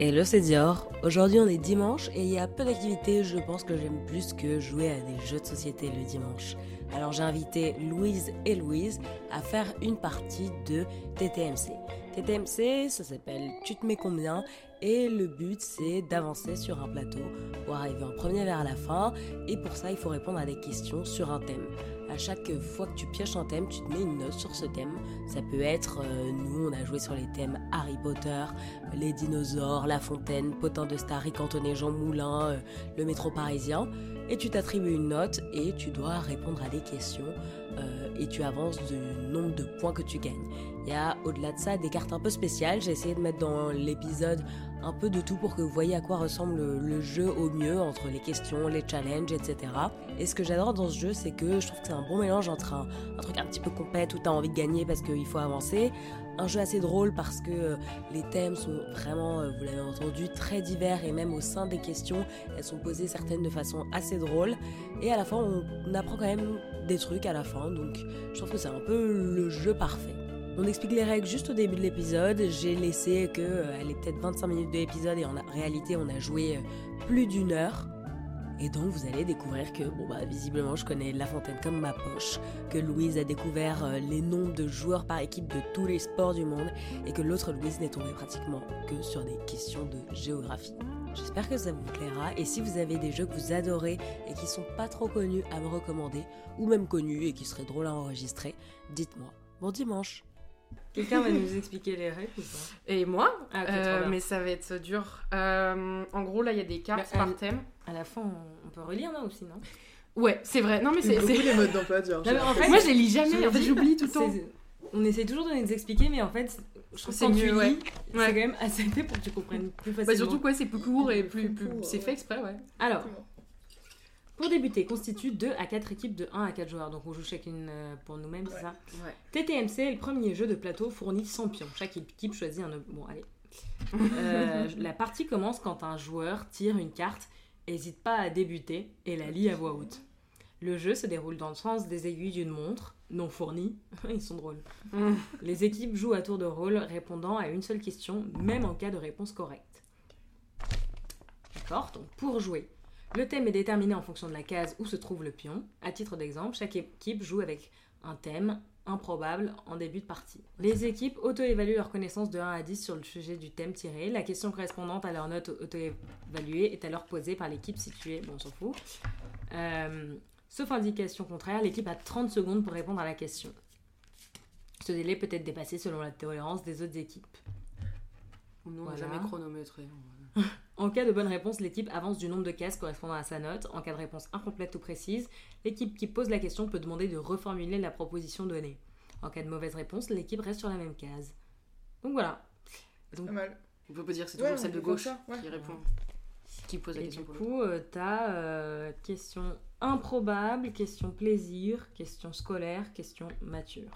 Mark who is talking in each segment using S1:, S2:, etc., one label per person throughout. S1: Hello, c'est Dior. Aujourd'hui, on est dimanche et il y a peu d'activités, je pense, que j'aime plus que jouer à des jeux de société le dimanche. Alors, j'ai invité Louise et Louise à faire une partie de TTMC. TTMC, ça s'appelle Tu te mets combien et le but, c'est d'avancer sur un plateau pour arriver en premier vers la fin. Et pour ça, il faut répondre à des questions sur un thème. À chaque fois que tu pioches un thème, tu te mets une note sur ce thème. Ça peut être, euh, nous, on a joué sur les thèmes Harry Potter, les dinosaures, La Fontaine, Potin de Starry, Cantonnet, Jean Moulin, euh, le métro parisien. Et tu t'attribues une note et tu dois répondre à des questions euh, et tu avances du nombre de points que tu gagnes. Il y a au-delà de ça des cartes un peu spéciales. J'ai essayé de mettre dans l'épisode un peu de tout pour que vous voyez à quoi ressemble le, le jeu au mieux entre les questions, les challenges, etc. Et ce que j'adore dans ce jeu, c'est que je trouve que c'est un bon mélange entre un, un truc un petit peu compète où t'as envie de gagner parce qu'il faut avancer, un jeu assez drôle parce que euh, les thèmes sont vraiment, euh, vous l'avez entendu, très divers et même au sein des questions, elles sont posées certaines de façon assez drôle. Et à la fin, on, on apprend quand même des trucs à la fin, donc je trouve que c'est un peu le jeu parfait. On explique les règles juste au début de l'épisode. J'ai laissé que euh, elle est peut-être 25 minutes de l'épisode et en a- réalité on a joué euh, plus d'une heure. Et donc vous allez découvrir que bon bah visiblement je connais La Fontaine comme ma poche, que Louise a découvert euh, les nombres de joueurs par équipe de tous les sports du monde et que l'autre Louise n'est tombée pratiquement que sur des questions de géographie. J'espère que ça vous plaira et si vous avez des jeux que vous adorez et qui sont pas trop connus à me recommander ou même connus et qui seraient drôles à enregistrer, dites-moi. Bon dimanche.
S2: Quelqu'un va nous expliquer les règles ou pas
S3: Et moi
S2: Ah, ok,
S3: Euh,
S2: trop bien.
S3: Mais ça va être dur. Euh, en gros, là, il y a des cartes
S2: Bah,
S3: par
S2: elle-
S3: thème.
S2: À la fin, on- on peut relire, non Aussi, non
S3: Ouais, c'est vrai. Non, mais c'est. c'est-
S4: les modes d'emploi Dior.
S2: Non, mais en fait,
S3: Moi, je les lis
S2: je
S3: jamais.
S2: me
S3: En fait,
S2: dis-
S3: j'oublie tout le temps.
S2: c'est- On essaie toujours de les expliquer, mais en fait, je trouve que
S3: C'est
S2: quand tu
S3: mieux,
S2: lis,
S3: ouais.
S2: c'est
S3: Ouais.
S2: quand même assez fait pour que tu comprennes plus facilement.
S3: Bah, surtout quoi, c'est plus court et plus. plus-
S4: court,
S3: C'est
S4: ouais.
S3: fait exprès, ouais.
S2: Alors, pour débuter, constitue 2 à 4 équipes de 1 à 4 joueurs, donc on joue chacune euh, pour nous-mêmes, c'est ça
S3: Ouais.
S2: TTMC est le premier jeu de plateau fourni sans pion. Chaque équipe choisit un... ob- Bon, allez. Euh, la partie commence quand un joueur tire une carte, n'hésite pas à débuter et la lit à voix haute. Le jeu se déroule dans le sens des aiguilles d'une montre, non fournie. Ils sont drôles.
S3: Mm.
S2: Les équipes jouent à tour de rôle, répondant à une seule question, même en cas de réponse correcte. D'accord Donc, pour jouer, le thème est déterminé en fonction de la case où se trouve le pion. À titre d'exemple, chaque équipe joue avec un thème improbable en début de partie. Les équipes auto-évaluent leur connaissance de 1 à 10 sur le sujet du thème tiré. La question correspondante à leur note auto-évaluée est alors posée par l'équipe située. Bon, on s'en fout. Euh, sauf indication contraire, l'équipe a 30 secondes pour répondre à la question. Ce délai peut être dépassé selon la tolérance des autres équipes.
S3: Non,
S2: Voilà.
S3: jamais chronométré.
S2: En cas de bonne réponse, l'équipe avance du nombre de cases correspondant à sa note. En cas de réponse incomplète ou précise, l'équipe qui pose la question peut demander de reformuler la proposition donnée. En cas de mauvaise réponse, l'équipe reste sur la même case. Donc voilà.
S4: Pas mal.
S3: On peut pas dire que c'est
S4: Ouais,
S3: toujours
S4: on
S3: celle de
S4: peut faire
S3: gauche
S4: ça, ouais.
S3: qui répond. Qui pose la
S2: Et
S3: question
S2: du
S3: pour le
S2: coup, euh, t'as euh, question improbable, question plaisir, question scolaire, question mature.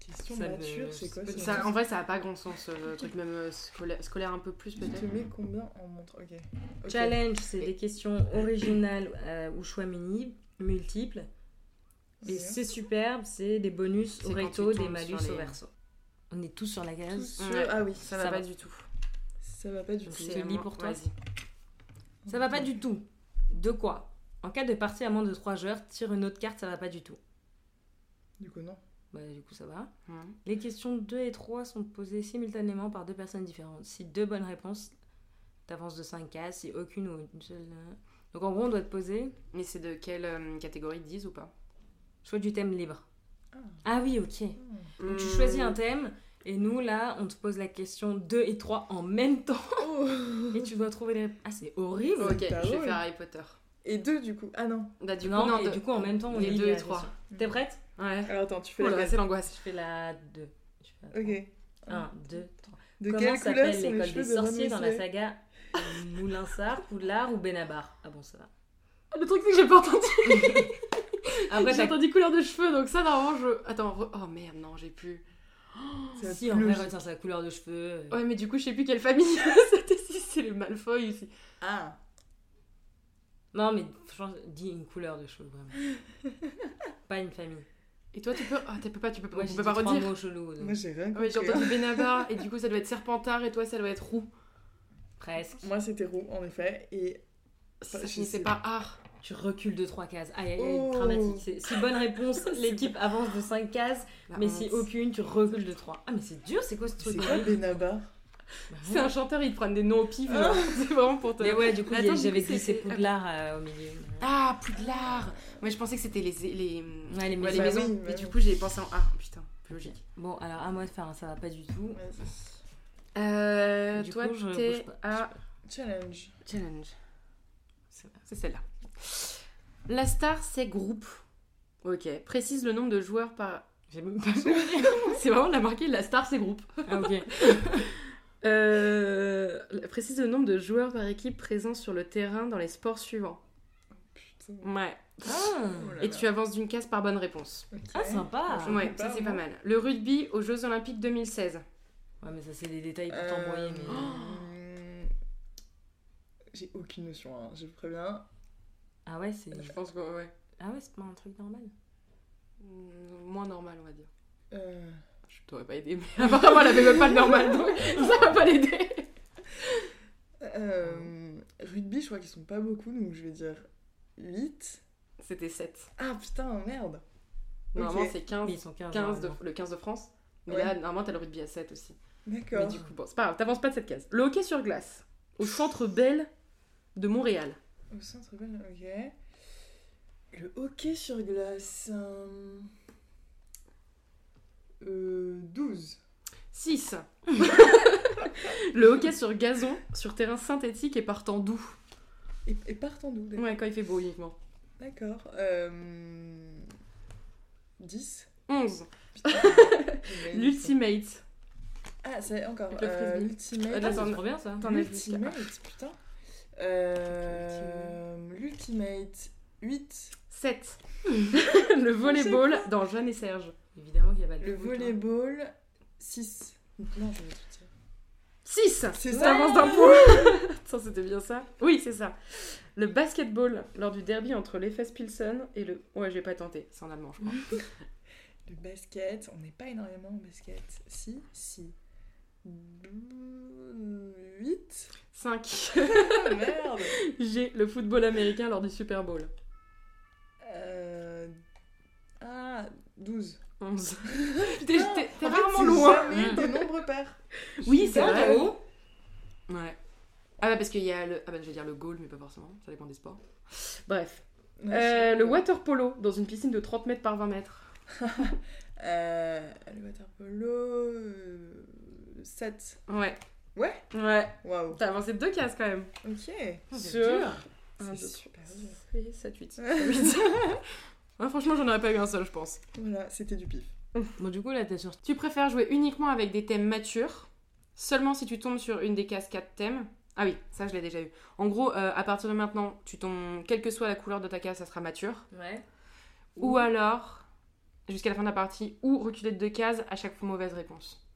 S4: Question
S2: Ça
S4: mature,
S2: me-
S4: c'est quoi
S2: ça-
S3: ça, En vrai, ça a pas grand sens, euh, le truc même euh, scolaire, scolaire un peu plus
S4: Tu te
S3: peut-être.
S4: mets combien en montre Ok. Ok.
S2: Challenge, c'est des questions originales euh, ou choix mini, multiples. Et
S4: Ok.
S2: c'est superbe, c'est des bonus
S3: C'est
S2: au
S3: quand
S2: recto,
S3: tu
S2: des
S3: tombes
S2: malus
S3: sur les-
S2: au verso. On est tous sur la
S4: Tous
S2: case.
S4: ceux-
S3: Ouais.
S4: Ah oui,
S3: Ça va
S2: Ça
S3: pas
S2: va.
S3: du tout.
S4: ça va pas du
S2: Je
S4: tout.
S2: te
S3: C'est
S2: lis
S3: un-
S2: pour toi.
S3: vas-y.
S2: Ça va pas du tout. De quoi En cas de partie à moins de 3 joueurs, tire une autre carte, ça va pas du tout.
S4: Du coup, non.
S2: Bah, du coup, ça va.
S3: Hum.
S2: Les questions 2 et 3 sont posées simultanément par deux personnes différentes. Si deux bonnes réponses, t'avances de 5 cases. Si aucune ou une seule. euh. Donc, en gros, on doit te poser
S3: Mais c'est de quelle euh, catégorie 10 ou pas
S2: choix du thème libre.
S4: Ah.
S2: Ah oui, ok. Donc, tu
S3: Hum.
S2: choisis un thème. Et nous, là, on te pose la question 2 et 3 en même temps.
S4: Oh
S2: Et tu dois trouver les. Ah, c'est horrible!
S3: Ok,
S4: Bah
S3: je vais
S4: ouais.
S3: faire Harry Potter.
S4: Et deux, du coup. Ah non.
S3: Bah, du
S2: non,
S3: coup, non,
S2: et
S3: de-
S2: du coup, en même temps, on
S3: les
S2: lit
S3: deux
S2: la
S3: et trois.
S2: question. T'es prête?
S3: Ouais.
S4: Alors attends, tu fais
S3: Oh
S4: la
S3: là,
S4: base.
S3: c'est l'angoisse.
S2: Je fais la 2.
S4: Ok.
S2: 1, 2, 3.
S4: De
S2: Comment
S4: quelle couleur
S2: s'appelle
S4: sont les
S2: l'école
S4: cheveux
S2: des
S4: de Ron
S2: sorciers dans la
S4: Weasley
S2: saga Moulinsard, Poudlard ou Benabar Ah bon, ça va.
S3: Le truc, c'est que j'ai pas entendu.
S2: Après,
S3: j'ai
S2: t'as
S3: entendu couleur de cheveux, donc ça, normalement, je. Attends, re- oh merde, non, j'ai plus.
S4: C'est
S2: si, en
S4: plus
S2: vrai,
S4: logique.
S2: retiens sa couleur de cheveux. euh.
S3: Ouais, mais du coup, je sais plus quelle famille c'était, si c'est les Malfoy ou si.
S4: Ah.
S2: Non, mais franchement, dis une couleur de cheveux, vraiment. Pas une famille.
S3: Et toi, tu peux. Ah, tu peux pas, tu peux,
S2: Moi,
S3: on
S2: j'ai
S3: peut
S2: dit
S3: pas
S2: trois
S3: redire.
S2: mots chelous. donc.
S4: Moi j'ai rien
S3: Ouais,
S4: compris.
S3: j'ai entendu Benabar, et du coup, ça doit être Serpentard, et toi, ça doit être Roux.
S2: Presque.
S4: Moi, c'était roux, en effet. Et
S3: Ça
S4: je
S3: finissait
S4: sais-
S3: par art.
S2: Tu recules de 3 cases. Aïe, aïe, aïe,
S4: Oh.
S2: dramatique. C'est- Si bonne réponse,
S4: C'est
S2: l'équipe avance de 5 cases,
S3: La
S2: mais
S3: honte.
S2: si aucune, tu recules de 3. Ah, mais c'est dur, c'est quoi ce
S4: c'est
S2: truc Bah,
S4: quoi Benabar
S3: C'est un chanteur, ils te prennent des noms au pif. genre. C'est vraiment pour te.
S2: Mais ouais, du coup,
S3: Mais
S2: il y a-
S3: attends, du
S2: j'avais
S3: coup, c'est-
S2: glissé
S3: c'est-
S2: Poudlard euh, au milieu.
S3: Ah, Poudlard Mais je pensais que c'était les, les...
S2: Ouais, les
S3: ouais, les
S2: maisons.
S3: maisons.
S4: Bah oui,
S3: mais
S4: bah
S3: du
S4: oui.
S3: coup, j'ai pensé en art. Putain, plus logique.
S2: Bon, alors à moi de faire, hein, ça va pas du tout.
S4: Vas-y.
S3: Euh,
S2: Du
S3: toi,
S2: coup, je
S3: t'es
S2: bouge pas.
S3: à
S4: Challenge.
S3: challenge. C'est c'est celle-là. La star, c'est groupe. Ok. Précise le nombre de joueurs par.
S2: J'ai même pas.
S3: C'est vraiment la marqué. La star, c'est groupe.
S2: Ah, ok.
S3: Euh, précise le nombre de joueurs par équipe présents sur le terrain dans les sports suivants.
S4: Putain.
S3: Ouais.
S2: Ah,
S4: Oh là
S3: Et
S4: là.
S3: tu avances d'une case par bonne réponse.
S4: Ok.
S2: ah, sympa.
S4: Ah,
S3: Ouais,
S4: pas
S3: ça c'est
S4: moi.
S3: pas mal. Le rugby aux Jeux Olympiques 2016.
S2: Ouais, mais ça, c'est des détails pour
S4: Euh,
S2: t'embrouiller. mais-
S4: hum, J'ai aucune notion, hein, je vous préviens.
S2: Ah, ouais, c'est.
S3: Je pense que ouais.
S2: Ah, ouais, c'est pas un truc normal.
S3: Mm, Moins normal, on va dire.
S4: Euh,
S3: Je t'aurais pas aidé, mais apparemment elle avait même pas le normal, donc ça va pas l'aider.
S4: euh, rugby, je crois qu'ils sont pas beaucoup, donc je vais dire 8.
S3: C'était 7.
S4: Ah putain, merde.
S3: Normalement
S4: Ok.
S3: c'est
S2: Mais
S3: 15,
S2: ils sont 15.
S3: 15 de,
S2: normalement.
S3: le 15 de France. Mais
S4: Ouais.
S3: là, normalement, t'as le rugby à 7 aussi. Mais
S4: D'accord.
S3: du coup, bon, c'est pas grave, t'avances pas de cette case. Le hockey sur glace, au centre Bell de Montréal.
S4: Au centre belle, ok. Le hockey sur glace. hum, euh, 12.
S3: 6. le hockey sur gazon, sur terrain synthétique et par temps doux.
S4: Et, et partant d'où d'accord.
S3: Ouais, quand il fait beau uniquement.
S4: D'accord. euh, 10.
S3: 11.
S4: J'ai mal dit ça.
S3: L'ultimate.
S4: Ah, c'est encore.
S3: Avec le
S4: euh,
S3: frisbee.
S4: L'ultimate.
S2: Ah,
S3: Attends,
S2: c'est trop bien ça.
S3: T'en as jusqu'à-
S4: L'ultimate, putain. Euh, L'ultimate 8.
S3: 7. le volleyball dans Jeanne et Serge.
S2: Évidemment qu'il y a pas de
S4: Le
S2: foot, hein.
S4: volleyball 6. Non, je vais tout dire.
S3: 6
S4: C'est ça
S3: T'avances d'un point Ça, c'était bien ça Oui, c'est ça. Le basketball lors du derby entre l'Efes Pilsen et le. Ouais, j'ai pas tenté, c'est en allemand, je crois.
S4: Le basket, on n'est pas énormément en basket. Si, si. 8.
S3: 5.
S4: Ah merde
S3: J'ai le football américain lors du Super Bowl.
S4: euh... Ah, 12.
S3: 11. T'es t'es-
S4: Putain,
S3: t'es
S4: En fait,
S3: rarement
S4: c'est
S3: loin.
S4: Jamais
S2: Mm.
S4: des nombres pairs.
S3: Oui, c'est
S2: Putain,
S3: vrai.
S2: t'es haut.
S3: Ouais. Ah bah parce qu'il y a le... Ah bah je vais dire le goal, mais pas forcément, ça dépend des sports. Bref.
S4: Non, je
S3: Euh,
S4: sais
S3: le
S4: pas.
S3: water polo dans une piscine de 30 mètres par 20 mètres.
S4: Euh, le water euh, polo 7.
S3: Ouais.
S4: Ouais
S3: Ouais. Oh,
S4: Waouh. Ah,
S3: T'as avancé de deux cases quand même.
S4: Ok.
S2: C'est
S3: Sur-
S2: dur.
S4: C'est
S3: 1, 2,
S4: super dur.
S3: 3, 7, 8. Ouais, franchement, j'en aurais pas eu un seul, je pense.
S4: Voilà, c'était du pif.
S2: Bon, du coup, là, t'es sur.
S3: Tu préfères jouer uniquement avec des thèmes matures, seulement si tu tombes sur une des cases 4 thèmes. Ah oui, ça je l'ai déjà eu. En gros, euh, à partir de maintenant, tu tombes, quelle que soit la couleur de ta case, ça sera mature.
S2: Ouais.
S3: Ou alors, jusqu'à la fin de la partie, ou reculer de deux cases à chaque fois mauvaise réponse.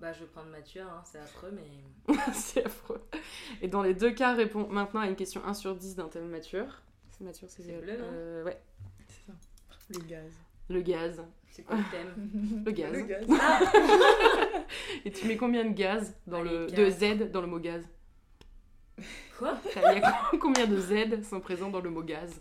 S2: Bah, je vais prendre Mathieu, hein, c'est affreux, mais.
S3: c'est affreux. Et dans les deux cas, réponds maintenant à une question 1 sur 10 d'un thème mature. C'est mature, c'est
S2: C'est bleu, non
S3: euh, Ouais,
S4: C'est ça. Le gaz.
S3: le gaz.
S2: C'est
S3: Ah.
S2: quoi le thème
S4: Le
S3: Le gaz.
S4: gaz.
S3: Et tu mets combien de gaz dans
S2: Allez,
S3: le
S2: gaz.
S3: de Z dans le mot gaz
S2: Quoi
S3: T'as- Il y a combien de Z sont présents dans le mot gaz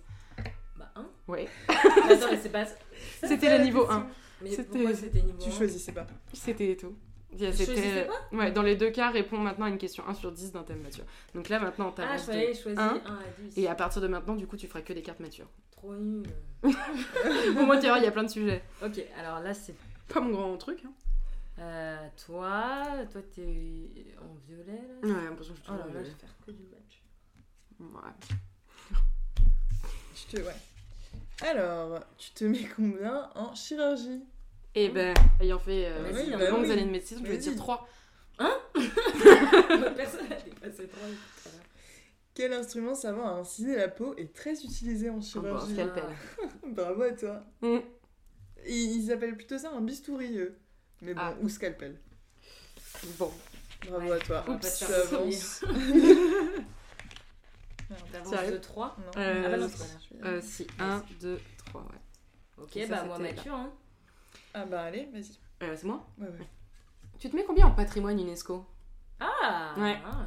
S2: Bah, 1.
S3: Ouais.
S2: Attends, mais c'est pas.
S3: C'était le niveau 1.
S2: Mais
S3: C'était-
S2: pourquoi c'était niveau
S4: Tu
S2: 1?
S4: choisissais pas.
S3: C'était tout. Il y a-
S2: Je choisissais
S3: C'était
S2: pas
S3: ouais, dans les deux cas, réponds maintenant à une question 1 sur 10 d'un thème mature. Donc là maintenant,
S2: Ah, je
S3: t'avances de...
S2: fallait choisir
S3: un.
S2: 1 à 10.
S3: et à partir de maintenant, du coup, tu feras que des cartes matures.
S2: Trop nul.
S3: Pour moi, tu vois, il y a plein de sujets.
S2: Ok, alors là, c'est.
S3: Pas mon grand truc. Hein.
S2: Euh, toi, toi, t'es en violet là
S3: Ouais, j'ai l'impression que je suis
S2: Oh là
S3: toujours
S2: là, je
S3: nulle.
S2: vais faire que du match.
S3: Ouais.
S4: Tu te... Ouais. Alors, tu te mets combien en chirurgie
S3: Et ben, ayant fait euh,
S2: Ah. Vas-y,
S3: de
S2: bah
S3: longues
S4: oui.
S3: années de médecine, je vais
S4: Vas-y.
S3: dire 3.
S2: Personne n'a dépassé 3
S4: Quel instrument savant à inciser la peau est très utilisé en chirurgie
S3: scalpel.
S4: Bravo à toi.
S3: Mm.
S4: Ils, ils appellent plutôt ça un bistouri, eux. Mais bon,
S3: Ah.
S4: ou scalpel.
S3: Bon,
S4: Bravo
S2: Ouais,
S4: à toi.
S2: on va
S4: Oups,
S2: pas te
S4: ça
S2: faire
S4: avance.
S2: T'avances
S3: Sérieux
S2: de 3
S4: Non.
S3: Euh,
S2: Ah bah non,
S4: c'est
S2: c'est pas
S4: pas grave.
S3: euh, si, 1, 2, 3, ouais.
S2: Ok,
S3: Ça,
S2: bah moi
S3: c'était
S2: Mathieu, hein.
S4: Ah bah allez, vas-y.
S3: Euh, c'est moi
S4: Ouais, ouais.
S3: Tu te mets combien en patrimoine UNESCO
S2: Ah
S3: Ouais.
S2: ah.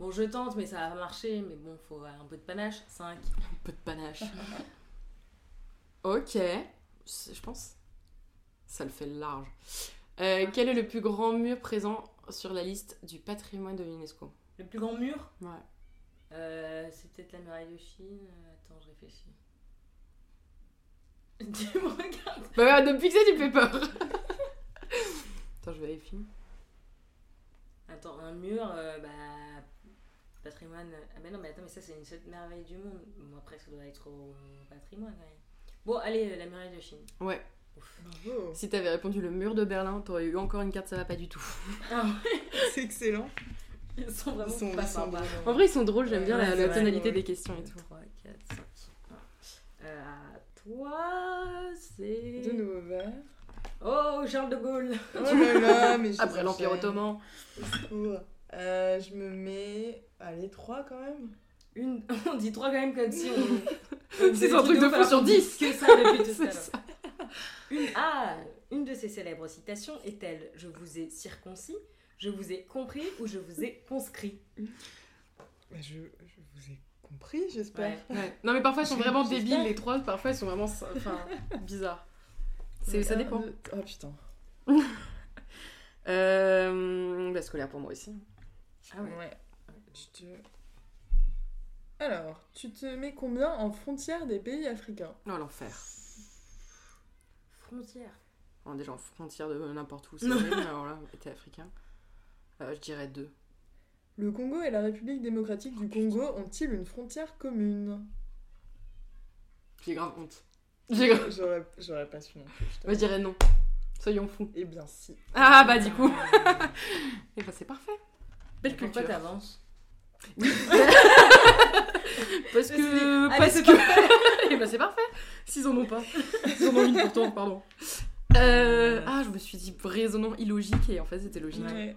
S2: Bon, je tente, mais ça a marché, mais bon, faut un peu de panache. 5.
S3: Un peu de panache. ok. C'est- Je pense. Ça le fait large. Euh, quel est le plus grand mur présent sur la liste du patrimoine de l'UNESCO
S2: Le plus grand mur
S3: Ouais.
S2: Euh, C'est peut-être la muraille de Chine. Euh, Attends, je réfléchis. Tu me regardes
S3: Bah ouais, depuis que ça, tu me fais peur. Attends, je vérifie.
S2: Attends, un mur, euh, bah. Patrimoine. Ah, mais non, mais attends, mais ça, c'est une seule merveille du monde. Bon, après, ça doit être au patrimoine, ouais. Bon, allez, euh, la muraille de Chine.
S3: Ouais.
S4: Bravo.
S3: Si t'avais répondu le mur de Berlin, t'aurais eu encore une carte, ça va pas du tout.
S2: Ah, ouais,
S4: C'est excellent.
S2: ils sont vraiment
S4: Ils sont-
S2: pas
S4: ils sont
S2: sympas.
S3: En vrai, ils sont drôles, j'aime bien
S2: Ouais,
S3: la,
S2: c'est
S3: la
S2: vrai,
S3: tonalité
S2: ouais.
S3: des questions et tout.
S2: 3, 4, 5. Euh, À toi, c'est.
S4: De nouveau vert.
S2: Oh, Charles de Gaulle
S4: Oh là là, mais je
S3: Après
S4: les
S3: l'Empire
S4: enchaîne.
S3: Ottoman.
S4: Ouh. Euh, je me mets. Allez, 3 quand même.
S2: Une... On dit 3 quand même comme si on.
S3: C'est un truc de fou sur 10
S2: Que ça depuis tout
S3: C'est
S2: à l'heure. Une... Ah Une de ces célèbres citations est-elle Je vous ai circoncis, je vous ai compris ou je vous ai conscrit
S4: Bah, je, je vous ai compris, j'espère.
S3: Ouais. Non mais parfois elles sont vraiment
S4: J'espère.
S3: débiles les trois, parfois elles sont vraiment enfin, bizarres. Euh, C'est- Ça
S4: Un,
S3: dépend.
S4: deux- Oh putain.
S3: Euh, la scolaire pour moi aussi.
S2: Ah ouais.
S4: Tu te... Alors, tu te mets combien en frontière des pays africains
S3: Non Oh, l'enfer.
S2: Frontière.
S3: On est déjà en frontière de n'importe où, c'est horrible, mais alors là, t'es africain. Euh, je dirais deux.
S4: Le Congo et la République démocratique du Congo ont-ils une frontière commune
S3: J'ai grave honte. J'ai grave...
S4: J'aurais j'aurais pas su non plus. je
S3: Moi je
S4: t'avoue.
S3: dirais non. Soyons fous.
S4: Eh bien si.
S3: Ah bah du coup. Et bah c'est parfait. Belle
S2: Pourquoi
S3: culture.
S2: t'avances
S3: Parce que.
S2: Allez,
S3: Parce
S2: c'est
S3: que. Et bah c'est parfait. S'ils en ont pas. S'ils en ont une pourtant, pardon. Euh, ah, je me suis dit raisonnant illogique et en fait c'était logique.
S4: Ouais.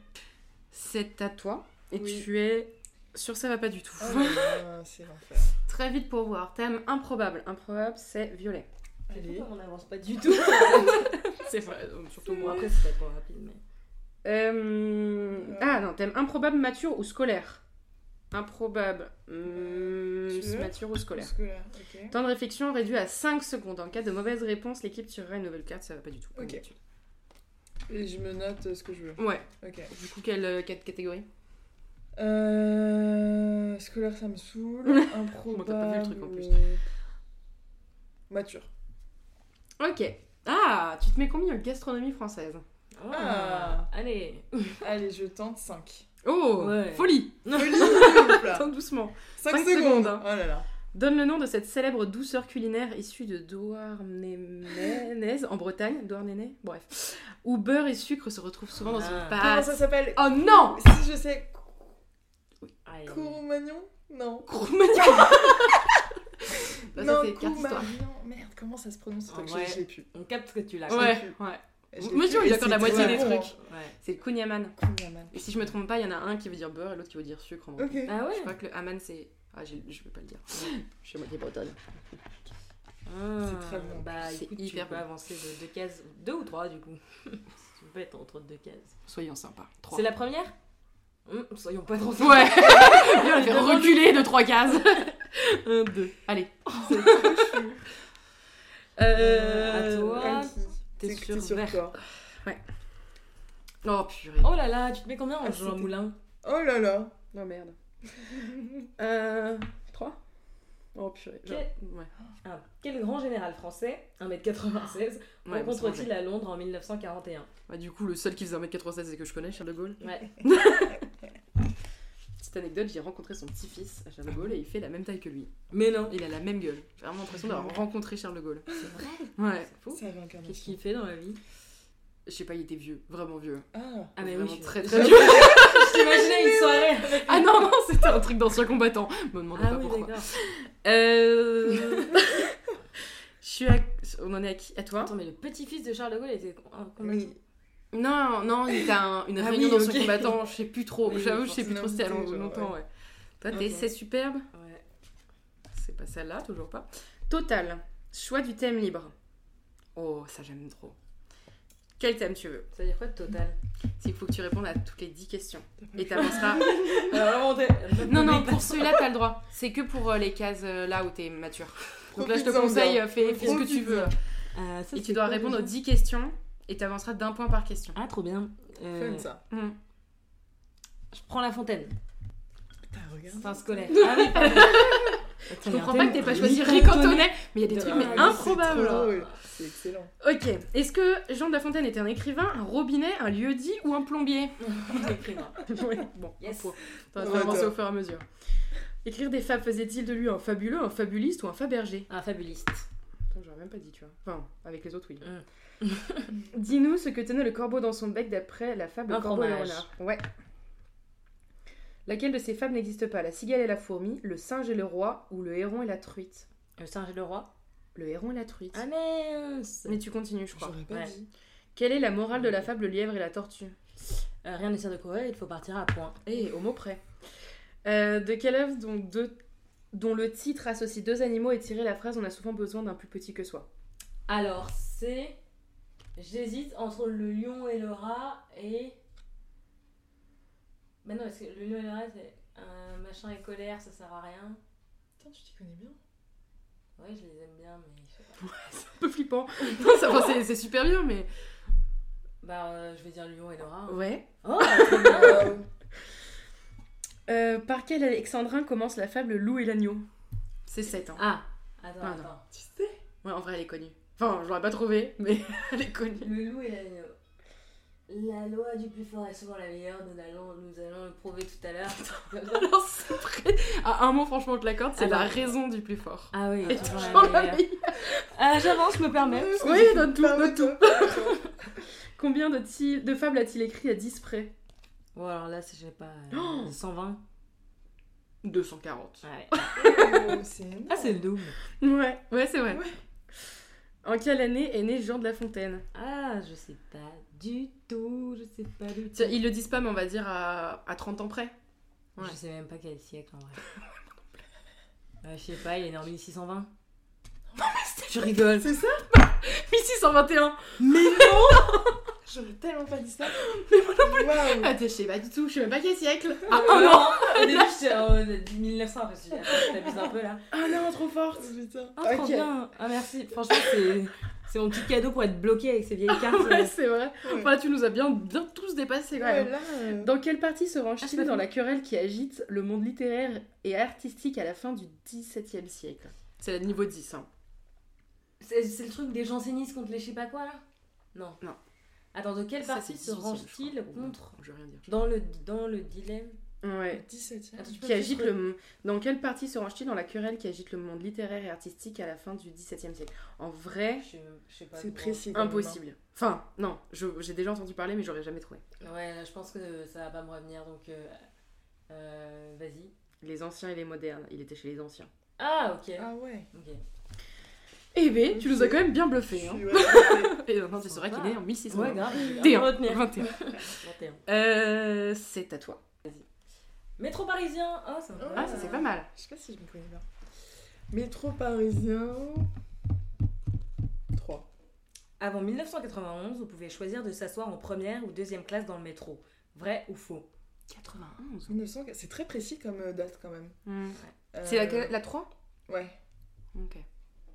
S3: C'est à toi et
S4: Oui.
S3: tu es sur ça va pas du tout.
S4: Oh là là, c'est l'enfer.
S3: Très vite pour voir. Thème improbable. Improbable, c'est violet.
S4: Allez.
S2: Pourquoi on n'avance pas du tout
S3: C'est vrai, donc, surtout
S2: Bon,
S3: moi.
S2: après, c'est pas trop rapide, mais.
S3: Euh, Ah non, thème improbable, mature ou scolaire. Improbable, hum,
S4: tu veux
S3: mature ou scolaire.
S4: Scolaire, ok.
S3: Temps de réflexion réduit à 5 secondes. En cas de mauvaise réponse, l'équipe tirera une nouvelle carte. Ça va pas du tout. comme
S4: Ok.
S3: d'habitude.
S4: Et je me note euh, ce que je veux.
S3: Ouais.
S4: Ok.
S3: Du coup, quelle euh, quelle catégorie
S4: Euh, scolaire, ça me saoule. Improbable.
S3: Comment t'as pas vu le truc, en plus
S4: euh, Mature.
S3: Ok. Ah, tu te mets combien en gastronomie française
S2: Oh,
S4: Ah.
S2: Allez
S4: Allez, je tente 5.
S3: Oh,
S2: Ouais.
S3: folie
S4: Attends,
S3: Attends doucement.
S4: 5
S3: Cinq
S4: secondes.
S3: secondes, hein.
S4: Oh là là.
S3: Donne le nom de cette célèbre douceur culinaire issue de Douarnenez en Bretagne. Douarnenez Bref. Où beurre et sucre se retrouvent souvent dans
S2: Ah.
S3: une
S4: Comment
S3: pâte.
S4: ça s'appelle
S3: Oh non
S4: Si je sais,
S2: Allez.
S4: Courmagnon Non.
S3: Croumagnon Bah, ça,
S4: non,
S3: c'est une carte histoire.
S4: Courmagnon. Merde, comment ça se prononce ce
S2: En
S4: truc Je
S2: vrai.
S4: je l'ai plus.
S2: On capte que tu l'as.
S3: Ouais, ouais.
S4: Je l'ai
S3: Moi, je
S4: plus,
S3: suis
S4: et
S3: d'accord, la
S4: c'est
S3: moitié des
S4: tout à
S3: trucs.
S2: Ouais.
S3: C'est le kunyaman.
S4: con. Courmaman.
S3: Et si je me trompe pas, il y en a un qui veut dire beurre et l'autre qui veut dire sucre. en vrai.
S4: Ok.
S2: Ah
S3: Je
S2: ouais
S3: crois que le aman c'est. Ah, j'ai- je vais pas le dire. Je suis à moitié bretonne.
S2: Ah,
S4: C'est très bon.
S2: Bah
S3: C'est
S2: écoute,
S3: hyper
S2: tu peux
S3: bon.
S2: avancer de deux cases, deux ou trois du coup. tu peux être entre deux cases.
S3: Soyons sympas. Trois.
S2: C'est la première Hum, Soyons pas trop sympas.
S3: Ouais On l'a fait reculer de trois cases. un, deux. Allez. Euh,
S4: Euh,
S2: à toi.
S4: Anki,
S2: T'es
S4: c'est-
S2: sur
S4: t'es
S2: vert.
S4: quoi
S3: Oh purée.
S2: Oh là là, tu te mets combien en
S4: Ah,
S2: jouant au
S4: c'était-
S2: moulin
S4: Oh là là.
S3: Non, merde. euh. Trois Oh purée. Genre, ouais.
S2: Ah, Quel grand général français, 1m96,
S3: Ouais, bon, c'est
S2: rencontre-t-il
S3: bon,
S2: à Londres en 1941
S3: j'ai- Ouais, Bah, du coup, le seul qui faisait 1m96 et que je connais, Charles de Gaulle.
S2: Ouais.
S3: Petite anecdote, j'ai rencontré son petit-fils à Charles de Gaulle et il fait la même taille que lui.
S2: Mais non
S3: Il a la même gueule. J'ai vraiment l'impression d'avoir rencontré Charles de Gaulle. C'est vrai Ouais.
S2: C'est fou
S4: Ça va incarner.
S2: Qu'est-ce qu'il fait dans la vie
S3: Je sais pas, il était vieux, vraiment vieux.
S4: Ah.
S2: Ah mais oui,
S3: vraiment
S2: je
S3: très
S2: je
S3: très vieux.
S2: t'imaginais une soirée avec-
S3: ah non, non, c'était un truc d'ancien combattant. Me demandez
S2: Ah
S3: pas
S2: oui,
S3: pourquoi.
S2: d'accord.
S3: Euh. Je suis à... On en est à qui À toi
S2: Attends, mais le petit-fils de Charles de Gaulle était ah, en combat.
S4: Oui.
S3: Non, non, il était à un- une
S2: Ah
S3: réunion
S2: oui,
S3: d'anciens
S2: ok.
S3: combattants, je sais plus trop.
S2: Oui,
S3: J'avoue, je sais plus
S4: forcément,
S3: trop, c'était à long-
S4: genre,
S3: longtemps, ouais. Toi, t'es
S2: Ok.
S3: C'est superbe
S2: Ouais.
S3: C'est pas celle-là, toujours pas. Total. Choix du thème libre. Oh, ça j'aime trop. Quel thème tu veux
S2: Ça veut dire quoi de total
S3: C'est qu'il faut que tu répondes à toutes les 10 questions. Et t'avanceras.
S2: Alors, vraiment, t'es-
S3: non, non, pour celui-là, t'as le droit. C'est que pour euh, les cases euh, là où t'es mature. Donc là, je te
S4: Profites-en
S3: conseille,
S4: bien.
S3: euh, fais, fais ce que tu veux.
S2: Euh, ça,
S3: Et
S2: c'est
S3: tu dois
S2: quoi,
S3: répondre aux
S2: déjà
S3: 10 questions et t'avanceras d'un point par question.
S2: Ah, trop bien. Euh,
S4: Fun ça.
S3: Hmm.
S2: je prends la fontaine.
S4: Putain, regarde.
S2: C'est un scolaire. Ah oui, pardon.
S3: Je comprends pas que t'aies pas choisi
S2: Riz
S3: Rick Antonet, mais il y a des trucs mais
S4: Ah,
S3: improbables. hein.
S4: C'est trop drôle. C'est excellent.
S3: Ok, est-ce que Jean de La Fontaine était un écrivain, un robinet, un lieu-dit ou un plombier Oui, bon,
S2: Yes.
S3: pour. T'auras
S4: Ouais,
S3: avancer
S4: t'as-
S3: au fur et à mesure. Écrire des fables faisait-il de lui un fabuleux, un fabuliste ou un fabergé
S2: Un fabuliste.
S3: Putain, J'aurais même pas dit, tu vois. Enfin, avec les autres, oui. Dis-nous ce que tenait le corbeau dans son bec d'après la fable
S2: Un
S3: Corbeau et le
S2: fromage.
S3: renard. Ouais. Laquelle de ces fables n'existe pas La cigale et la fourmi, le singe et le roi ou le héron et la truite
S2: Le singe et le roi.
S3: Le héron et la truite.
S2: Ah mince
S3: Mais tu continues, je crois.
S4: J'aurais pas
S2: Ouais.
S4: dit.
S3: Quelle est la morale de la fable Le lièvre et la tortue
S2: Euh, Rien ne sert de courir, il faut partir à point.
S3: Et au mot près. Euh, de quelle œuvre donc, de- dont le titre associe deux animaux et tiré la phrase On a souvent besoin d'un plus petit que soi
S2: Alors, c'est. J'hésite entre le lion et le rat et. Mais non, parce que le lion et le rat, c'est. Un machin et colère, ça sert à rien.
S4: Putain, tu t'y connais bien.
S2: Ouais, je les aime bien, mais. je sais pas.
S3: Un peu flippant. Non, ça, enfin, c'est- c'est super bien, mais.
S2: Bah, euh, je vais dire le lion et le rat. hein.
S3: Ouais.
S2: Oh, trop bien
S4: Waouh.
S3: Euh, par quel alexandrin commence la fable Loup et l'agneau C'est 7 ans.
S2: Ah Attends,
S3: Pardon.
S2: attends.
S4: Tu sais
S3: Ouais, en vrai, elle est connue. Enfin, je l'aurais pas trouvée, mais elle est connue.
S2: Le loup et l'agneau. La loi du plus fort est souvent la meilleure, nous allons, nous allons le prouver tout à l'heure.
S3: Alors, c'est vrai. À un mot, franchement, je te l'accorde, c'est la
S2: Alors.
S3: raison du plus fort.
S2: ah oui,
S3: Et
S2: toujours la
S3: toujours la
S2: meilleure.
S3: meilleure.
S2: Ah, j'avance, je me permets.
S3: Oui, donne tout, donne tout.
S4: tout.
S3: Combien de, ti- de fables a-t-il écrit à 10 près
S2: Bon, alors là, c'est- je sais pas. euh,
S3: Oh
S2: 120
S3: 240.
S2: Ouais.
S4: euh, C'est
S2: Ah, c'est le double.
S3: Ouais, ouais, c'est vrai.
S4: Ouais.
S3: En quelle année est né Jean de La Fontaine
S2: Ah, je sais pas du tout, je sais pas du tout.
S3: Tiens, Ils le disent pas, mais on va dire à, à 30 ans près. ouais.
S2: Je sais même pas quel siècle en vrai. Euh, je sais pas, il est né en 1620. Non, mais tu rigoles.
S4: C'est ça
S3: 1621
S4: Mais non J'aurais tellement pas dit ça. Mais voilà,
S3: Ah, je sais pas du tout, je sais même pas quel siècle Euh,
S2: Ah, non Au début, j'étais en euh, 1900, après, je me suis dit, attends, t'abuses un peu là.
S4: Ah non, trop forte Putain.
S2: Ah, trop
S4: Ok.
S2: bien Ah, merci. Franchement, c'est. C'est mon petit cadeau pour être bloqué avec ces vieilles cartes. euh.
S3: Ouais, c'est vrai.
S4: Ouais.
S3: Voilà, tu nous as bien, bien tous dépassés quand
S4: Ouais,
S3: même.
S4: là, euh,
S3: Dans quelle partie se
S2: Ah,
S3: range-t-il
S2: c'est pas
S3: dans
S2: fini.
S3: la querelle qui agite le monde littéraire et artistique à la fin du XVIIe siècle C'est le niveau 10, hein.
S2: C'est c'est le truc des jansénistes contre les je sais pas quoi là Non.
S3: Non.
S2: Attends, de quelle
S3: Ça,
S2: partie se
S3: c'est 18e, je
S2: range-t-il
S3: crois.
S2: contre
S3: Je vais rien dire.
S2: dans le, dans le dilemme
S3: Ouais.
S4: 17
S2: Attends, tu peux
S3: Qui
S2: me
S3: agite
S2: dire-
S3: le... Dans quelle partie se range-t-il dans la querelle qui agite le monde littéraire et artistique à la fin du XVIIe siècle En vrai,
S2: Je sais- je sais pas.
S4: C'est
S2: moi.
S4: précis. quand même, hein.
S3: impossible. Enfin, non, je- j'ai déjà entendu parler, mais j'aurais jamais trouvé.
S2: Ouais, là, je pense que ça va pas me revenir, donc euh, euh, vas-y.
S3: Les anciens et les modernes, il était chez les anciens.
S2: Ah, ok.
S4: Ah ouais.
S2: Ok.
S3: Eh ben, tu nous as quand même bien
S4: Je
S3: bluffé. Hein.
S4: suis- ouais,
S3: Et non, c'est vrai qu'il est né en 1600.
S2: Ouais, grave.
S3: T'es
S2: je
S3: un.
S2: vais retenir.
S3: 21.
S2: 21.
S3: Euh, c'est à toi.
S2: Métro parisien, ah, ça va.
S3: Ah, ça c'est pas mal.
S4: Je sais pas si je me connais bien. Métro parisien. 3.
S2: Avant 1991, vous pouvez choisir de s'asseoir en première ou deuxième classe dans le métro. Vrai ou faux
S3: 91.
S4: 1900, c'est très précis comme euh, date quand même.
S3: Hmm. C'est
S4: Euh,
S3: laquelle- la, 3
S4: Ouais.
S3: Ok.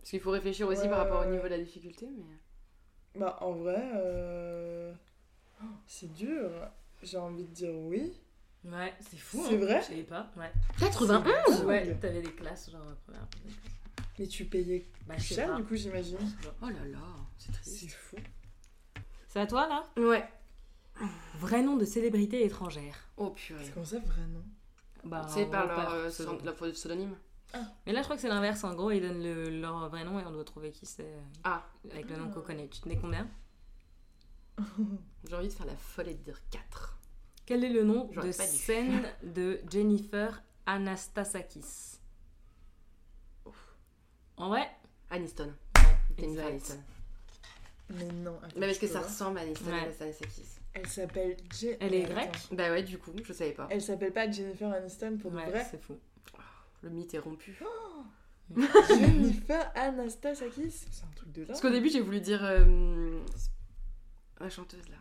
S3: Parce qu'il faut réfléchir aussi
S4: Ouais,
S3: par rapport au
S4: ouais,
S3: niveau de
S4: ouais.
S3: la difficulté, mais...
S4: Bah en vrai, euh, oh, c'est dur. J'ai envie de dire oui.
S2: Ouais, c'est Ah, fou.
S4: C'est
S2: hein.
S4: vrai
S2: Je savais pas. Ouais.
S3: 81
S4: C'est
S2: Ouais,
S4: dingue.
S2: t'avais des classes, genre première.
S4: Mais tu payais
S2: Bah, je sais
S4: cher
S2: pas.
S4: du coup j'imagine.
S3: Oh là là, c'est triste.
S4: C'est fou.
S2: C'est à toi là
S3: Ouais.
S2: Vrai nom de célébrité étrangère.
S3: Oh purée.
S4: C'est comme ça vraiment.
S2: Bah,
S3: C'est
S2: on
S3: par
S2: va
S3: leur,
S2: pas-
S3: euh, pseudo- leur pseudonyme.
S2: Mais là, je crois que c'est l'inverse. En gros, ils donnent le- leur vrai nom et on doit trouver qui c'est euh,
S3: Ah,
S2: avec le nom
S4: Ah.
S2: qu'on connaît. Tu tenais combien
S3: j'ai envie de faire la folle et de dire 4.
S2: Quel est le nom
S3: J'aurais
S2: de
S3: pas dû.
S2: scène de Jennifer Anastasakis En vrai
S3: Aniston. Jennifer
S2: exact.
S3: Aniston.
S4: Mais non. attends,
S3: Mais parce que
S4: je peux
S3: ça
S4: voir.
S3: ressemble à Aniston
S2: Ouais.
S3: et à Stanisakis.
S4: Elle s'appelle Je-
S2: Elle est
S4: Mais
S2: grecque
S4: attends.
S3: Bah ouais, du coup, je savais pas.
S4: Elle s'appelle pas Jennifer Aniston pour de
S2: Ouais,
S4: vrai.
S2: c'est fou.
S3: Le mythe est rompu.
S4: Oh. Jennifer Anastasakis. C'est un truc de
S3: Parce
S4: dingue.
S3: qu'au début, j'ai voulu dire euh, La chanteuse là.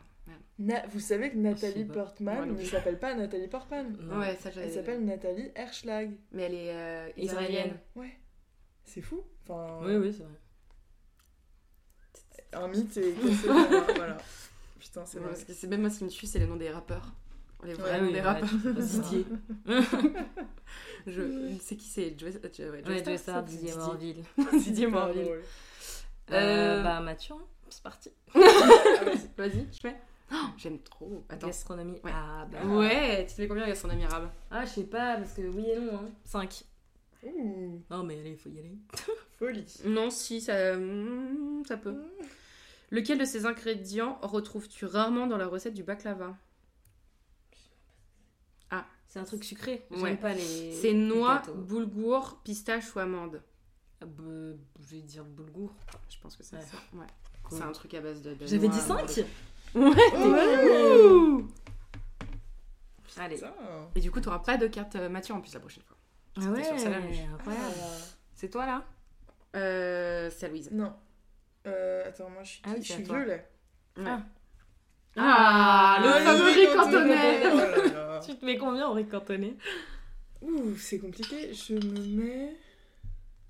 S4: Na- Vous savez que
S2: Je sais
S4: Nathalie
S2: pas. Euh,
S4: Portman
S3: Moi non
S4: ne
S3: plus.
S4: s'appelle pas Nathalie Portman.
S2: Non.
S3: Ouais, ça j'avais.
S4: Elle s'appelle Nathalie Herschlag.
S3: Mais elle est euh,
S2: Israélienne.
S3: israélienne.
S4: Ouais. C'est fou. Enfin,
S2: Oui, oui, c'est vrai.
S4: un mythe est cassé. voilà, hein, voilà. Putain, c'est
S3: Ouais,
S4: vrai.
S3: parce que c'est même moi ce qui me tue, c'est les noms des rappeurs. Les vrais
S4: Ouais,
S3: noms
S2: Ah oui,
S3: des
S2: ouais,
S3: rappeurs.
S2: Didier.
S3: Je... C'est qui c'est Joe... euh, Joe... ouais, Joe
S2: Ouais,
S3: Star,
S2: Joe Star,
S3: c'est
S2: Didier Morville.
S3: Didier
S4: Hyper
S3: Morville.
S4: drôle.
S2: Euh,
S3: Euh,
S2: Bah, Mathieu, hein, c'est parti.
S4: Ah, vas-y.
S3: Vas-y, je fais. Oh, J'aime trop. Attends.
S2: Gastronomie.
S3: Ouais.
S2: Ah, bah.
S3: Ouais, tu te fais combien avec son ami arabe
S2: Ah, je sais pas, parce que oui et non, hein. 5.
S4: Ouh,
S2: Non, mais allez, faut y aller.
S4: folie.
S3: Non, si, ça, hmm, ça peut. Lequel de ces ingrédients retrouves-tu rarement dans la recette du baklava
S2: C'est un truc sucré. J'aime
S3: Ouais.
S2: pas les.
S3: C'est noix,
S2: les gâteaux.
S3: boulgour, pistache ou amande.
S2: Ah, bah, je vais dire boulgour.
S3: Je pense que c'est
S2: Ouais.
S3: ça. Ouais.
S2: Cool.
S3: C'est un truc à base de. de
S2: J'avais
S3: noix,
S2: dit 5
S4: Oh,
S3: boulgour.
S2: Allez.
S4: putain.
S3: Et du coup, t'auras pas de carte euh, Mathieu en plus la prochaine fois.
S2: Ah ouais,
S3: sur Salam.
S2: incroyable. C'est toi là
S3: Euh, c'est à Louise.
S4: Non. Euh, attends, moi je suis,
S2: Ah oui,
S4: je
S2: c'est
S4: suis
S2: à toi.
S4: bleue là.
S3: Ah, le
S4: Ah,
S3: fameux
S4: riz
S3: riz cantonais.
S4: cantonais. Oh là là.
S2: Tu te mets combien, Henri Cantonné
S4: Ouh, c'est compliqué. Je me mets.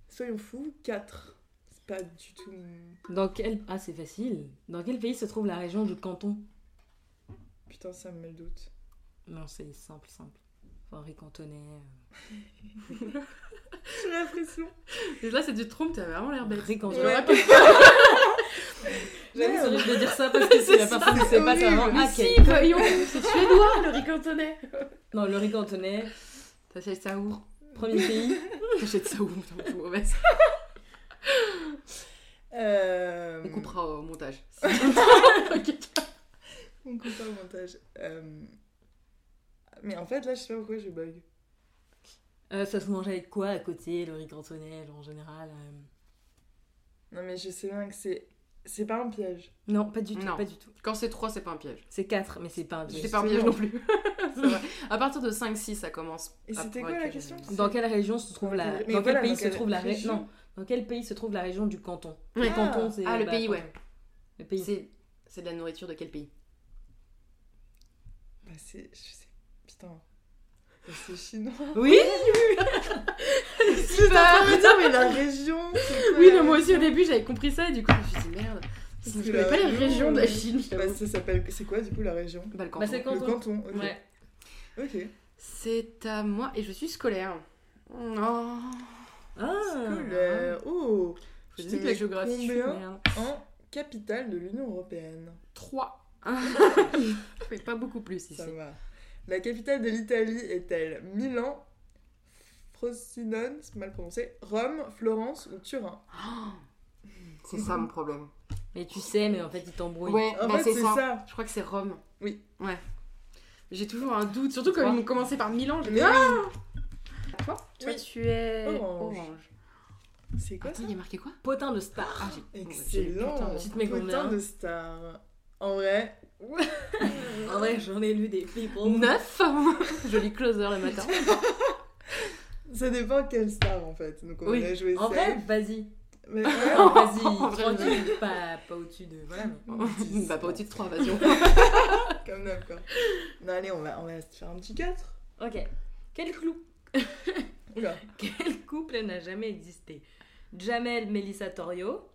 S4: Soyons fous, 4. C'est pas du tout. mon-
S2: Dans quel. Ah, c'est facile. Dans quel pays se trouve la région du Canton
S4: Putain, ça me met le doute.
S2: Non, c'est simple, simple. Henri Cantonné.
S4: J'ai l'impression.
S3: Et là, c'est du trompe, t'as vraiment l'air bête.
S2: Henri Cantonné.
S4: Ouais.
S2: J'avoue, c'est
S4: Merde.
S2: horrible de dire ça parce que c'est la
S3: C'est hein.
S2: personne qui sait pas, c'est
S4: horrible.
S2: vraiment. Ah,
S3: Si,
S2: quel-
S3: voyons, c'est suédois le riz cantonais.
S2: Non, le riz cantonais,
S3: T'achètes ça où
S2: premier pays.
S3: T'achètes ça où Putain, je suis mauvaise.
S4: Euh...
S3: On coupera au montage.
S4: On coupe pas au montage. Euh, Mais en fait, là, je sais pas pourquoi je bug.
S2: Euh, ça se mange avec quoi à côté, le riz cantonais, genre, en général euh,
S4: Non, mais je sais bien que c'est. C'est pas un piège.
S2: Non, pas du tout,
S3: Non.
S2: pas du tout.
S3: Quand c'est 3, c'est pas un piège.
S2: C'est 4, mais c'est pas un
S4: Je
S3: C'est
S2: piège.
S3: pas un piège
S4: Justement.
S3: non plus. C'est vrai. À partir de 5-6, ça commence.
S4: Et
S3: à
S4: c'était
S3: pouvoir être
S4: quoi la
S3: piège.
S4: question
S2: Dans quelle région se trouve la.
S4: Mais
S2: Dans quel
S4: voilà,
S2: pays
S4: dans
S2: se
S4: quelle
S2: trouve la ré-
S4: région
S2: Non, dans quel pays se trouve la région du canton
S3: Ouais.
S2: Le canton, c'est.
S3: Ah, le pays,
S2: canton.
S3: ouais.
S2: Le pays.
S3: C'est c'est de la nourriture de quel pays
S4: Bah, c'est. Je sais. Putain. Bah, C'est chinois.
S2: Oui
S4: J'étais en train de me dire, mais la région. c'est quoi
S3: Oui,
S4: la
S3: mais moi aussi au
S4: région
S3: début j'avais compris ça et du coup je me suis dit merde. Je
S4: Parce
S3: ne
S4: que
S3: connais
S4: la
S3: pas les
S4: région,
S3: régions de la
S4: euh,
S3: Chine.
S4: Bah, ça s'appelle. C'est quoi du coup la région
S3: Bah, le canton.
S2: Bah, c'est
S4: Le
S2: canton.
S4: canton, ok.
S2: Ouais.
S4: Ok.
S3: C'est à moi et je suis scolaire. Non.
S2: Ah
S4: Cool. Oh
S3: Je
S4: Tu
S3: dis
S4: te
S3: que la
S4: mets
S3: géographie, je suis
S4: combien
S3: merde.
S4: En capitale de l'Union Européenne.
S3: 3. Je fais pas beaucoup plus ici.
S4: Ça va. La capitale de l'Italie est-elle Milan, Frosinone, c'est mal prononcé, Rome, Florence ou Turin
S3: C'est ça mon problème.
S2: Mais tu sais, mais en fait, il t'embrouille.
S3: Ouais,
S4: En
S3: bah,
S4: fait, c'est ça.
S3: Je crois que c'est Rome.
S4: Oui.
S3: Ouais. J'ai toujours un doute, surtout quand
S2: Trois.
S3: ils ont commencé par Milan. J'ai
S4: Mais
S3: dit ah Toi Toi
S4: Oui.
S3: tu es
S4: Orange. C'est quoi
S3: Attends,
S4: ça
S3: il y a marqué quoi
S2: Potin de star.
S3: Ah, j'ai.
S4: Excellent
S2: Tu te mets
S4: Putain
S2: combien
S4: de star En vrai,
S2: En vrai, j'en ai lu des filles pour moi.
S3: 9 Joli closer le matin.
S4: ça dépend quelle star en fait. Donc on
S2: Oui.
S4: a joué
S2: En
S4: ça.
S2: vrai, vas-y.
S4: Mais ouais,
S2: Non, Vas-y,
S3: En vrai,
S2: tranquille, pas, pas au-dessus de. Voilà. mais-
S4: dix,
S3: bah, pas au-dessus de 3, vas-y. on-
S4: Comme d'accord. Non, allez, on va, on va se faire un petit 4.
S2: Ok. Quel, clou...
S4: Oula.
S2: Quel couple n'a jamais existé Jamel Mélissa Torio,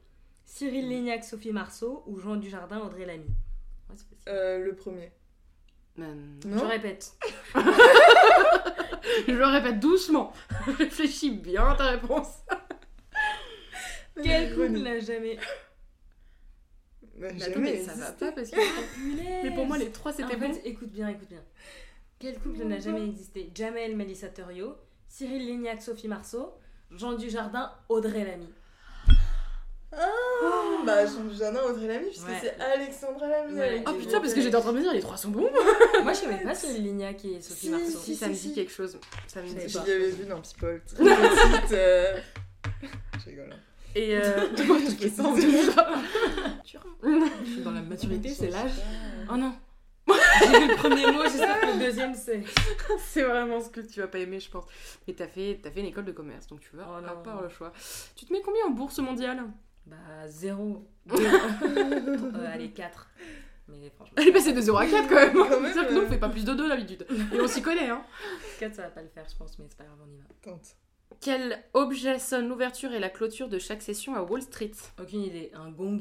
S2: Cyril Lignac Sophie Marceau ou Jean Dujardin Audrey Lamy Ouais, c'est facile.
S4: Euh, le premier.
S3: Man.
S2: Je
S4: Non
S2: répète.
S3: Je le répète doucement. Réfléchis bien à ta réponse.
S2: Quel couple
S4: René.
S2: n'a jamais.
S4: Bah,
S3: Mais attends,
S4: jamais
S3: mais ça va
S4: existé.
S3: pas parce que.
S2: Mais
S3: Mais pour moi, les trois
S2: En
S3: c'était
S2: fait,
S3: bon.
S2: Ah écoute bien, écoute bien. Quel couple n'a jamais existé Jamel Mélissa Torio, Cyril Lignac Sophie Marceau, Jean Dujardin Audrey Lamy.
S4: Bah, Jean Dujardin, Audrey Lamy, puisque
S2: Ouais.
S4: c'est Alexandra Lamy.
S2: Ouais.
S4: avec
S3: Oh
S4: les
S3: putain, parce que
S4: mots-clés.
S3: j'étais en train de me dire, les trois sont bons.
S2: Moi, je savais pas Cyril Lignac et Sophie
S4: Si,
S2: Marceau.
S4: si,
S3: Si ça me dit quelque chose, ça me
S2: Je
S3: dit.
S4: Je
S2: sais
S4: l'y avais vu euh, dans Petit Paul. Très petite. euh, Je rigole. hein.
S3: Et euh.
S4: Je me sens vieille.
S3: Je suis dans la maturité,
S4: Je
S3: c'est
S4: change
S3: l'âge.
S4: pas.
S2: Oh non J'ai vu le premier mot, j'espère que le deuxième c'est.
S3: C'est vraiment ce que tu vas pas aimer, je pense. Mais t'as fait, t'as fait une école de commerce, donc tu vas
S2: Oh non.
S3: à part le choix. Tu te mets Ah, combien en bourse mondiale
S2: Bah, 0, 2, Bah, Euh, allez, 4. Mais franchement,
S3: Elle est passée de 0 à 4 quand même.
S4: Quand
S3: cest à que
S4: même,
S3: nous, on
S4: euh.
S3: fait pas plus de 2 d'habitude. Et on s'y connaît, hein.
S2: 4 ça va pas le faire, je pense, mais c'est pas grave, on y va.
S4: Tente.
S3: Quel objet sonne l'ouverture et la clôture de chaque session à Wall Street
S2: Aucune idée, un gong.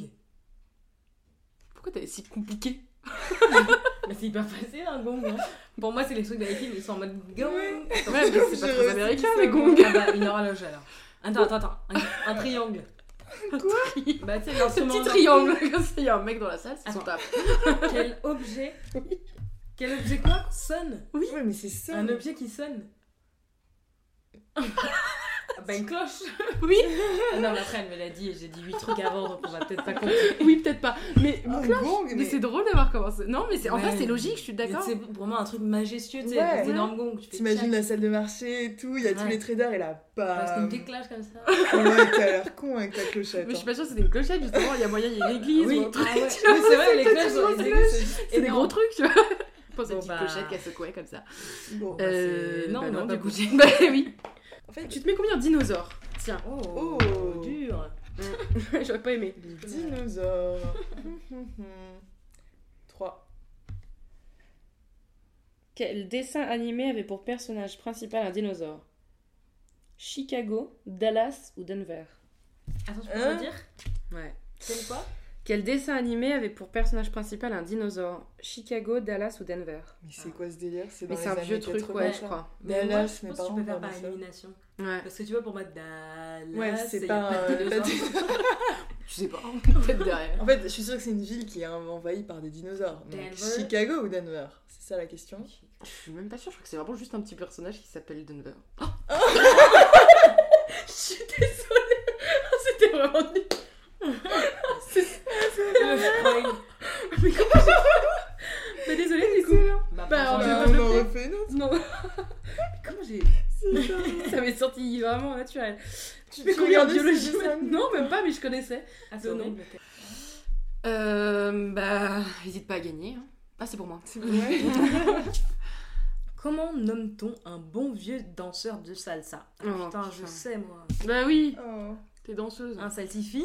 S3: Pourquoi t'es si compliqué
S2: Mais c'est hyper facile un gong. hein. Pour moi, c'est les trucs d'Aïkid, ils sont en mode gong.
S4: Ouais.
S2: Attends,
S3: Ouais, mais c'est pas très
S4: J'ai réussi
S3: américain,
S4: ça,
S3: les
S4: moi.
S3: gongs.
S2: Ah bah, une horloge alors. Attends, attends, attends, un, un triangle. Bah, tu sais,
S3: Ce
S2: l'instrument-
S3: petit triangle, comme s'il y a un mec dans la salle, c'est son
S2: Attends.
S3: taf.
S2: Quel objet Quel objet quoi Sonne
S4: Oui. Ouais, mais c'est ça.
S2: Un objet qui sonne Ah Bah, une cloche
S3: Oui.
S2: Ah Non, mais après, elle me l'a dit et j'ai dit 8 trucs avant, donc on va peut-être pas compter.
S3: Oui, peut-être pas. Mais,
S4: Un gong,
S3: Ah. mais,
S4: mais-
S3: c'est drôle d'avoir commencé. Non, mais c'est en
S2: Ouais.
S3: vrai, c'est logique, je suis d'accord.
S2: C'est vraiment un truc majestueux, tu sais,
S4: Ouais.
S2: des énormes gongs. tu fais
S4: T'imagines
S2: tchac.
S4: la salle de marché et tout, il y a tous
S2: Ouais.
S4: les traders et la pas.
S2: Parce qu'une petite cloche comme ça.
S4: Ouais, t'as l'air con avec ta clochette.
S3: Mais je suis
S4: hein.
S3: pas sûre que c'était une clochette, justement. Il y a moyen, il y a une église
S2: Oui,
S3: ou un truc.
S2: ah ouais.
S3: tu vois,
S2: Oui, c'est vrai, les
S3: c'est
S2: cloches,
S3: tellement
S2: les
S3: des
S2: églises,
S3: cloches. C'est des gros
S2: énorme.
S3: trucs, tu vois. Pense à
S2: Bon,
S3: une petite
S2: bah.
S3: clochette qui a secoué comme ça.
S4: Bon.
S2: bah, c'est- non,
S3: bah
S2: on a pas
S3: du coup.
S2: bougé.
S3: Bah oui.
S4: En fait,
S3: Tu te mets combien de dinosaures Tiens,
S2: Oh,
S4: Oh.
S2: dur.
S3: j'aurais pas aimé.
S4: Les dinosaures. 3.
S3: Quel dessin animé avait pour personnage principal un dinosaure Chicago, Dallas ou Denver
S2: Attends, je peux
S4: Hein
S2: redire
S3: Ouais.
S2: Quel quoi
S3: Quel dessin animé avait pour personnage principal un dinosaure Chicago, Dallas ou Denver
S4: Mais c'est quoi ce délire C'est
S3: Ah. Mais
S4: dans les
S3: c'est un
S4: années
S3: vieux truc,
S4: 80,
S3: ouais,
S4: ça
S3: je crois.
S2: Mais moi,
S4: Dallas,
S2: je
S4: mes
S2: pense que tu
S4: parents
S2: peux faire par
S4: parlaient ça.
S2: élimination.
S3: Ouais.
S2: Parce que tu vois, pour moi, Dallas.
S4: Ouais,
S2: il y
S4: c'est
S2: a
S4: pas
S2: de
S4: un.
S2: dinosaures.
S3: Tu sais pas. Peut-être derrière.
S4: En fait, je suis sûre que c'est une ville qui est envahie par des dinosaures. Donc,
S2: Denver.
S4: Chicago ou Denver C'est ça la question.
S3: Je suis même pas sûre, je crois que c'est vraiment juste un petit personnage qui s'appelle Denver. Oh je suis désolée. C'était vraiment nul.
S2: Le Freud.
S3: Mais comment j'ai Mais désolée du coup.
S2: Bah,
S3: Bah,
S2: franchement,
S3: on
S2: je-
S3: va pas
S4: Ah, on
S3: le
S4: en
S3: faire.
S4: refait une autre.
S3: Non. Mais comment j'ai.
S4: C'est ça.
S3: Ça m'est sorti vraiment naturel. Tu
S4: tu regardais ces dessins animés,
S3: Non, même pas, mais je connaissais.
S2: Ah, c'est
S3: Non, non.
S2: horrible.
S3: Euh. Bah. Hésite pas à gagner. hein. Ah, c'est pour moi.
S4: Ouais.
S2: Comment nomme-t-on un bon vieux danseur de salsa Ah,
S3: Oh,
S2: putain, je
S3: putain.
S2: sais, moi.
S3: Bah oui,
S4: Oh.
S3: t'es danseuse.
S2: Un salsifi,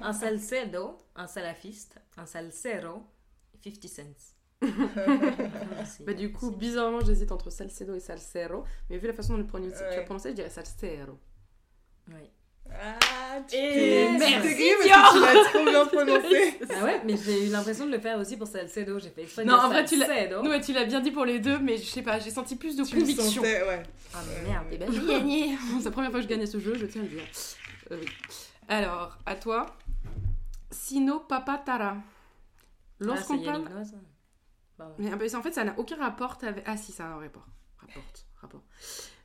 S2: un salcedo, un salafiste, un salsero, 50 cents. Ah, Merci,
S3: Bah du coup,
S2: merci.
S3: bizarrement, j'hésite entre salcedo et salsero, mais vu la façon dont le prononce- tu
S4: Ouais.
S3: as prononcé, je dirais salsero.
S2: Ouais.
S4: Ah, tu
S2: Et
S4: t'es- tu
S3: merci,
S4: t'es grillé parce que tu l'as trop bien prononcé.
S2: Ah ouais, mais j'ai eu l'impression de le faire aussi pour salcedo. J'ai fait exprès de
S3: Non,
S2: dire
S3: en vrai, tu l'as-
S2: salcedo.
S3: Ouais, tu l'as bien dit pour les deux, mais je sais pas, j'ai senti plus de
S4: Tu le
S3: conviction.
S4: sentais, ouais.
S2: Ah, mais merde.
S3: Et ben j'ai gagné C'est la première fois que je gagne à ce jeu, je tiens à le dire. Euh, oui. Alors, à toi. Sino Papatara.
S2: Ah, c'est
S3: Lorsqu'on parle...
S2: Yannick Noah, ça. Pardon.
S3: Mais un peu- en fait, ça n'a aucun rapport avec... Ah si, ça a un rapport. Rapport, rapport.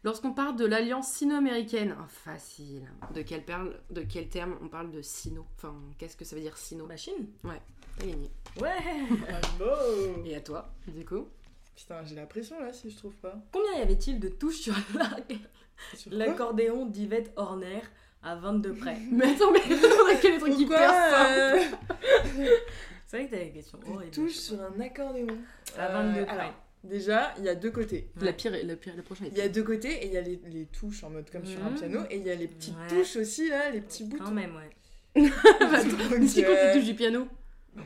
S3: Lorsqu'on parle de l'alliance sino-américaine, oh, facile. De quel, perle- de quel terme on parle de sino Enfin, qu'est-ce que ça veut dire sino
S2: Machine
S3: T'as gagné.
S2: Ouais
S4: Bravo.
S3: Et à toi, du coup
S4: Ah, Putain, j'ai la pression là si je trouve pas.
S2: Combien y avait-il de touches sur la-
S4: Sur quoi
S2: l'accordéon d'Yvette Horner à 22 près
S3: Mais attends, mais on a quel truc qui
S4: Pourquoi,
S3: perce
S4: euh,
S2: C'est vrai que t'avais des questions
S4: Des
S2: horribles.
S4: touches sur un accordéon.
S2: À
S4: Euh,
S2: 22 près.
S4: alors, déjà, il y a deux côtés.
S3: La pire, est- la pire, la prochaine
S4: Il y a deux côtés et il y a les, les touches en mode comme sur un
S2: Mhm.
S4: piano et il y a les petites
S2: Ouais.
S4: touches aussi là, les petits
S2: Quand
S4: boutons.
S2: même, Bah, ouais.
S3: Mais c'est quoi cette touche du piano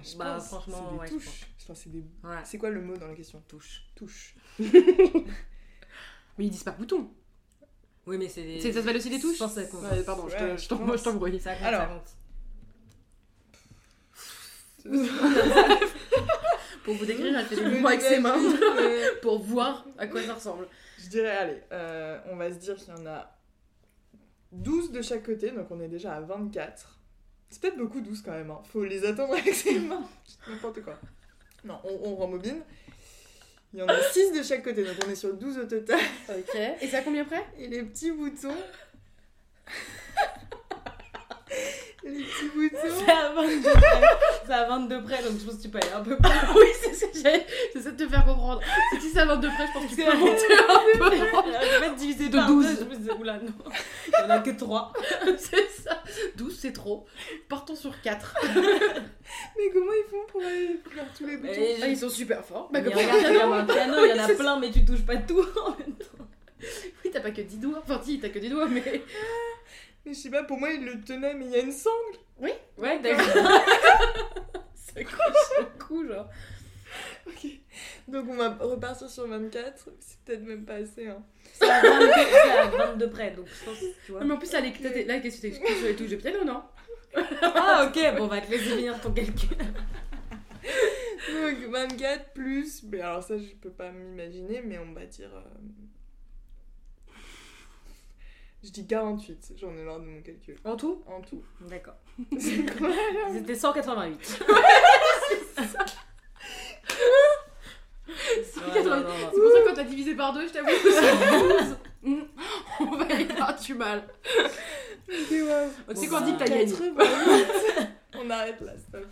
S4: Je
S2: Bah,
S4: pense,
S2: franchement,
S4: c'est des
S2: ouais, je
S4: touches. Enfin, c'est des-
S2: Ouais.
S4: c'est quoi le mot dans la question
S2: Touche.
S4: Touches.
S3: Mais ils disent pas bouton.
S2: Oui, mais c'est des.
S3: C'est- Ça s'appelle aussi des touches
S2: Je pense que ça compte.
S3: Ouais, pardon, je te-
S4: Ouais,
S3: je
S4: je
S3: t'en-
S4: pense.
S3: je t'embrouille.
S2: Ça compte,
S4: Alors.
S2: ça compte.
S3: Pour vous décrire, elle fait
S4: Le
S3: des mouvements avec ses mains
S4: dynamisme,
S3: pour voir à quoi ça ressemble.
S4: Euh, Je dirais, allez, euh, on va se dire qu'il y en a 12 de chaque côté, donc on est déjà à 24. C'est peut-être beaucoup 12 quand même, hein. faut les attendre avec ses mains. N'importe quoi. Non, on, on rembobine. Il y en a 6 de chaque côté, donc on est sur 12 au total.
S3: Ok. Et ça combien près
S4: Et les petits boutons. les petits boutons.
S2: C'est à 22 près. C'est à 22 près, donc je pense que tu peux aller un peu plus.
S3: Ah Oui, c'est ça, j'ai- j'essaie de te faire comprendre. C'est si ça va de près, je pense que tu peux
S2: C'est-
S3: monter un peu.
S2: Je vais te diviser
S3: De
S2: par deux,
S3: 12.
S2: Je me disais, oula, non. Il y en a que 3.
S3: C'est ça. 12, c'est trop. Partons sur 4.
S4: Mais comment ils font pour aller faire tous les boutons
S2: Mais
S3: ils sont super forts. Bah,
S2: Mais
S3: comme
S2: regarde, il y a un piano, il y en
S3: Oui,
S2: a
S3: c'est
S2: plein, mais tu touches pas tout.
S3: Oui, t'as pas que 10 doigts. Enfin, si, t'as que 10 doigts, mais.
S4: Mais je sais pas, pour moi ils le tenaient, mais il y a une sangle.
S3: Oui
S2: Ouais, d'accord.
S3: Ça couche. trou, genre.
S4: Ok. Donc on va repartir sur 24. C'est peut-être même pas assez. Hein.
S2: C'est à 22 Ah, c'est à 22 près, donc je pense, tu vois.
S3: Non, mais en plus, là, les, t'as des- là, la question d'exclusion et tout, j'ai piano, non
S2: Ah, ok, bon, on va te laisser finir ton calcul.
S4: Donc 24 plus. Mais alors ça, je peux pas m'imaginer, mais on va dire. euh, Je dis 48. J'en ai marre de mon calcul.
S2: En tout
S4: En tout.
S2: D'accord.
S4: C'est quoi là
S2: C'était 188. Ouais, non, non, non.
S3: C'est pour ça que quand t'as divisé par deux, je t'avoue que c'est 12. Mm. On va y avoir du mal.
S4: Ok, waouh.
S3: Tu sais qu'on dit que t'as gagné.
S4: 88. on arrête là, stop.